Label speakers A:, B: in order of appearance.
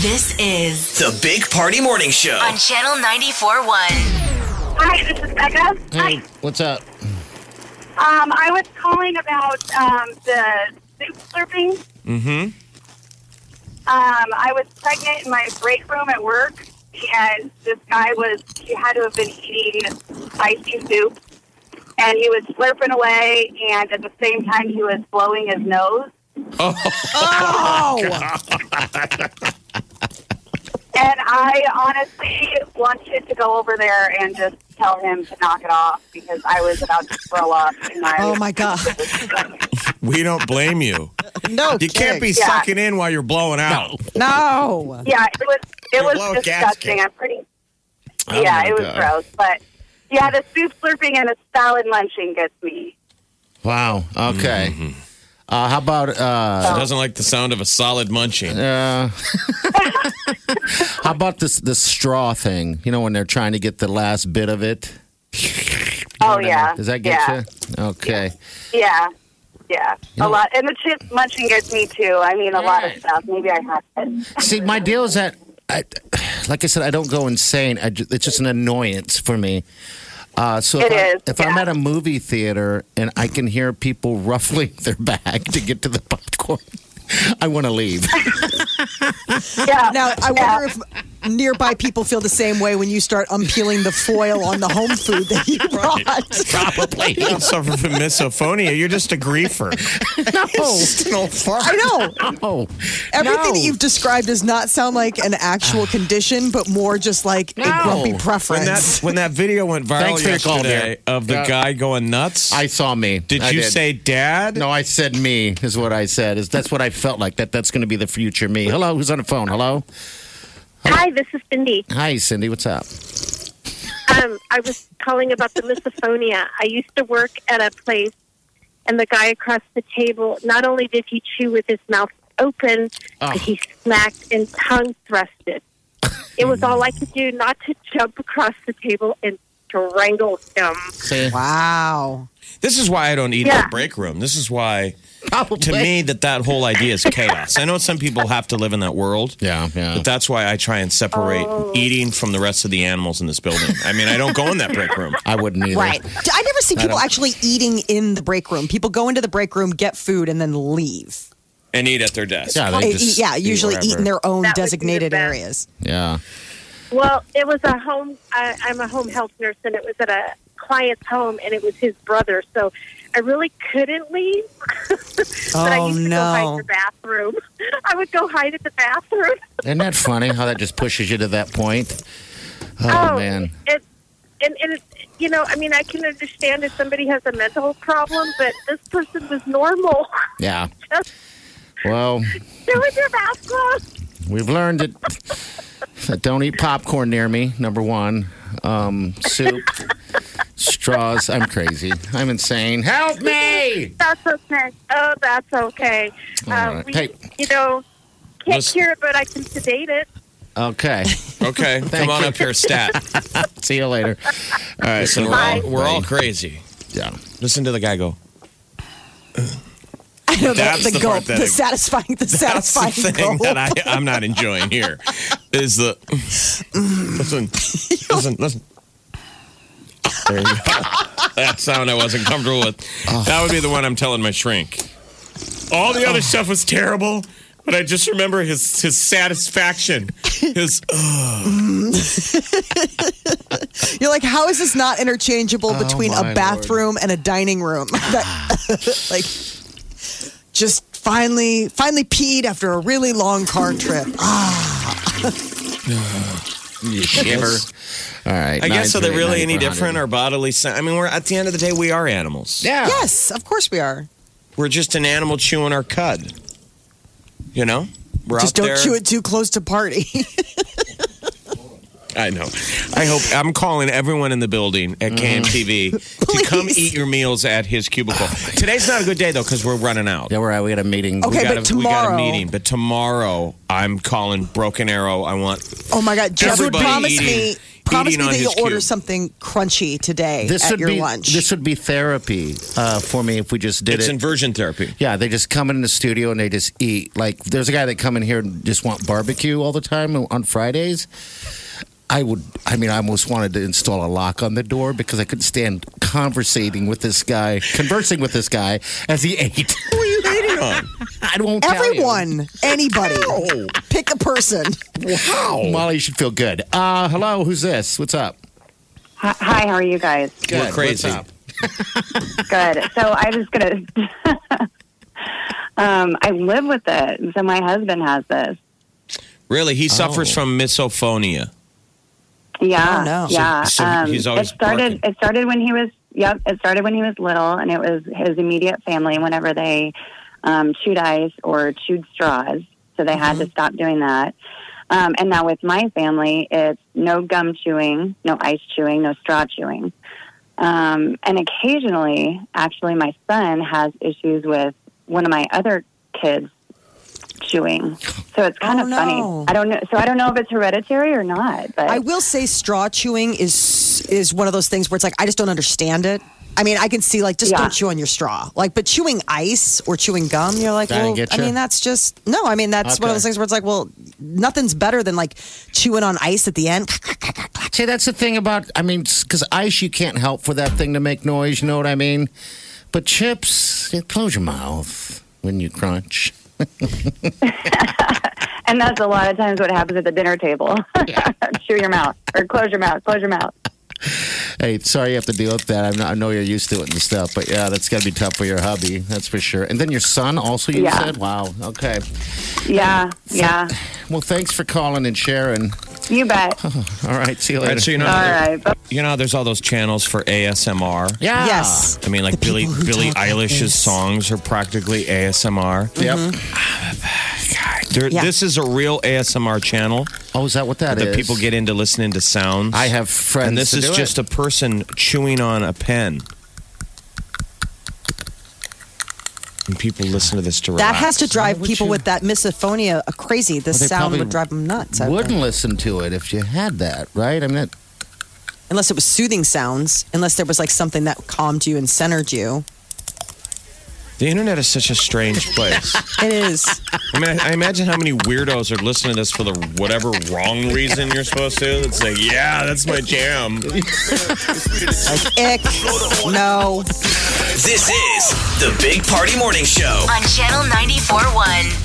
A: This is
B: The Big Party Morning Show.
A: on Channel 94.1.
C: Hi, this is Becca.
D: Hey, what's up?
C: Hi. Um, I was calling about um, the soup slurping.
B: Mm-hmm.
C: Um, I was pregnant in my break room at work, and this guy was, he had to have been eating spicy soup, and he was slurping away, and at the same time, he was blowing his nose. Oh! and I honestly wanted to go over there and just tell him to knock it off because I was about to throw up. And I
E: Oh my God.
F: We don't blame you.
E: No,
F: You can't be
E: kidding.
C: Yeah.
F: sucking in while you're blowing out.
E: No.
C: Yeah, it was it
F: You blow a
C: was disgusting.
F: gasket.
C: I'm pretty.
F: Oh,
C: yeah,
F: my
C: it was
F: God.
C: gross, but yeah, the soup slurping and a salad lunching gets me.
D: Wow. Okay.
C: Mm-hmm.
D: Uh, how about uh,
F: She doesn't like the sound of a solid munching.
D: uh how about this the straw thing? You know when they're trying to get the last bit of it.
C: Oh yeah,
D: Does that get
C: yeah.
D: you? Okay.
C: Yeah, yeah, a lot. And the chip munching gets me too. I mean, a lot of stuff. Maybe I have it.
D: See, my deal is that, I, like I said, I don't go insane. I ju- it's just an annoyance for me. Uh, so if,
C: It
D: I,
C: is,
D: if I'm
C: yeah.
D: at a movie theater and I can hear people ruffling their bag to get to the popcorn, I want to leave.
C: Yeah.
E: Now, I
C: yeah.
E: wonder if nearby people feel the same way when you start unpeeling the foil on the home food that you brought.
D: Probably.
F: You don't suffer from misophonia. You're just a griefer.
D: No.
F: Just an old fart.
E: I know.
D: No.
E: Everything
D: No.
E: that you've described does not sound like an actual condition, but more just like a
D: No.
E: grumpy
F: When that
E: preference.
F: when that video went viral
D: Thanks for your call,
F: yesterday of the
D: Yeah.
F: guy going nuts,
D: I saw me.
F: did
D: I
F: you say dad?
D: No, I said me is what I said. Is that's what I felt like. That that's going to be the future me. Hello, who's on the phone? Hello,
G: Hi, this is Cindy.
D: hi, Cindy. What's up?
G: Um, I was calling about the misophonia. I used to work at a place, and the guy across the table, not only did he chew with his mouth open,
D: Oh.
G: but he smacked and tongue thrusted. it was all I could do not to jump across the table and strangle him.
D: See,
E: wow.
F: This is why I don't eat in
G: Yeah.
F: the break room. This is why,
D: probably
F: to me, that that whole idea is chaos. I know some people have to live in that world.
D: Yeah, yeah.
F: But that's why I try and separate eating from the rest of the animals in this building. I mean, I don't go in that break room.
D: I wouldn't either.
E: Right. I never see people actually eating in the break room. People go into the break room, get food, and then leave.
F: and eat at their desk.
D: Yeah,
E: They
D: they just,
E: eat- yeah, usually eat
F: wherever.
E: in their own
G: That would be the
E: designated
G: best.
E: areas.
D: yeah.
G: Well, it was a home. I, I'm a home health nurse, and it was at a client's home, and it was his brother. So I really couldn't leave. but I
E: Oh,
G: used to go hide in the bathroom. I would go hide at the bathroom.
D: Isn't that funny how that just pushes you to that point? Oh, man.
G: It, and and it, you know, I mean, I can understand if somebody has a mental problem, but this person was normal.
D: Yeah.
G: Just
D: Well,
G: doing their mouth closed.
D: we've learned that don't eat popcorn near me. Number one, um, soup, straws. I'm crazy. I'm insane. Help me!
G: That's okay. Oh, that's okay.
D: All
G: Uh,
D: right.
G: we,
D: Hey.
G: you know, can't
F: Listen-
G: cure it, but I can sedate it.
D: Okay.
F: Okay, come on up here, stat.
D: See you later. All right.
F: Listen,
D: So
F: we're all, we're all crazy.
D: yeah.
F: Listen to the guy go.
E: I know that,
F: That's
E: the,
F: the
E: gulp,
F: part that
E: the
F: I-
E: satisfying, the
F: That's the
E: satisfying
F: thing
E: gulp.
F: that I, I'm not enjoying here. Is the listen, listen, listen. There you go. That sound I wasn't comfortable with.
D: Oh.
F: That would be the one I'm telling my shrink. All the other stuff was terrible, but I just remember his his satisfaction. His
E: You're like, how is this not interchangeable
F: Oh
E: between
D: my
E: a
D: Lord.
E: bathroom and a dining room?
F: Ah.
E: That- like, just finally, finally peed after a really long car trip. Ah,
F: shiver.
D: All right.
F: I guess are they
D: 938-9400.
F: really any different or bodily? sen- I mean, we're at the end of the day, we are animals.
D: Yeah.
E: yes, of course we are.
F: we're just an animal chewing our cud. You know? We're
E: Just
F: out
E: don't
F: there.
E: chew it too close to party.
F: I know. I hope I'm calling everyone in the building at KMTV to come
E: Mm. Please. Oh,
F: eat your meals at his cubicle. Today's not a good day though because we're running out.
D: Yeah, we're out. We got a meeting.
E: Okay.
F: We got,
E: but
F: a, we got a
E: tomorrow-
F: meeting, but tomorrow I'm calling Broken Arrow. I want
E: oh my God, Jeff, would
F: Everybody
E: promise
F: eating-
E: me, promise
F: eating
E: me
F: on
E: that
F: his
E: you'll order
F: cube.
E: something crunchy today
D: This
E: at
D: would
E: your
D: be
E: lunch.
D: this would be therapy uh, for me if we just did
F: it's
D: it.
F: inversion therapy.
D: yeah, they just come in the studio and they just eat. Like there's a guy that come in here and just want barbecue all the time on Fridays. I would. I mean, I almost wanted to install a lock on the door because I couldn't stand conversating with this guy, conversing with this guy as he ate.
F: What are you hating on?
D: I won't. tell you.
E: Everyone, anybody, pick a person.
D: Molly, you should feel good. Uh, hello, who's this? What's up?
B: Hi, how are you guys?
D: Good.
F: We're crazy.
D: What's up?
B: Good. So I was gonna. um, I live with it, and so my husband has this.
F: Really, he suffers from misophonia.
B: Yeah,
E: Oh, no.
B: yeah. um,
F: So- so he's always
B: it started.
F: barking.
B: It started when he was. Yep, it started when he was little, and it was his immediate family. Whenever they um, chewed ice or chewed straws, so they had
E: Mm-hmm.
B: to stop doing that. Um, and now with my family, it's no gum chewing, no ice chewing, no straw chewing. Um, and occasionally, actually, my son has issues with one of my other kids chewing. So it's kind
E: Oh,
B: of
E: no.
B: funny. I don't know. So I don't know if it's hereditary or not. But
E: I will say straw chewing is is one of those things where it's like I just don't understand it. I mean, I can see like just
B: Yeah.
E: don't chew on your straw, like but chewing ice or chewing gum, you're like,
D: That
E: well,
D: didn't get
E: I
D: you?
E: mean, that's just no. I mean, that's one of
D: Okay.
E: those things where it's like, well, nothing's better than like chewing on ice at the end.
D: See, that's the thing about, I mean, because ice, you can't help for that thing to make noise, you know what I mean? But chips, you close your mouth when you crunch.
B: And that's a lot of times what happens at the dinner table. Chew your mouth or close your mouth, close your mouth.
D: Hey, sorry you have to deal with that. I'm not, I know you're used to it and stuff, but yeah, that's got to be tough for your hubby, that's for sure. And then your son also, you
B: Yeah.
D: said? Wow, okay.
B: Yeah, yeah.
D: Well, thanks for calling and sharing.
B: You bet.
D: All right, see you
F: All
D: later.
F: right, so you know,
B: All
E: Uh,
B: right. Bye.
F: you know, how there's all those channels for ASMR.
D: Yeah.
E: Yes,
F: I mean, like
E: The
F: Billy
E: people who
F: Billy
E: talk like
F: Eilish's
E: this.
F: songs are practically ASMR.
D: Yep.
F: There-
E: Yeah.
F: This is a real ASMR channel
D: Oh, is that what that is?
F: that people get into listening to sounds.
D: I have friends.
F: and this
D: that
F: is
D: do it.
F: just a person chewing on a pen. And people listen to this to
E: that
F: relax.
E: has to drive
D: Why would
E: people
D: you-
E: with that misophonia crazy. The
D: Well, they
E: sound
D: probably
E: would drive them nuts. I
D: wouldn't
E: think.
D: listen to it if you had that, right? I mean, that,
E: unless it was soothing sounds, unless there was like something that calmed you and centered you.
F: The internet is such a strange place.
E: It is.
F: I mean, I, I imagine how many weirdos are listening to this for the whatever wrong reason you're supposed to. It's like, yeah, that's my jam.
E: Ick. No.
H: This is the Big Party Morning Show.
A: on Channel 94.1.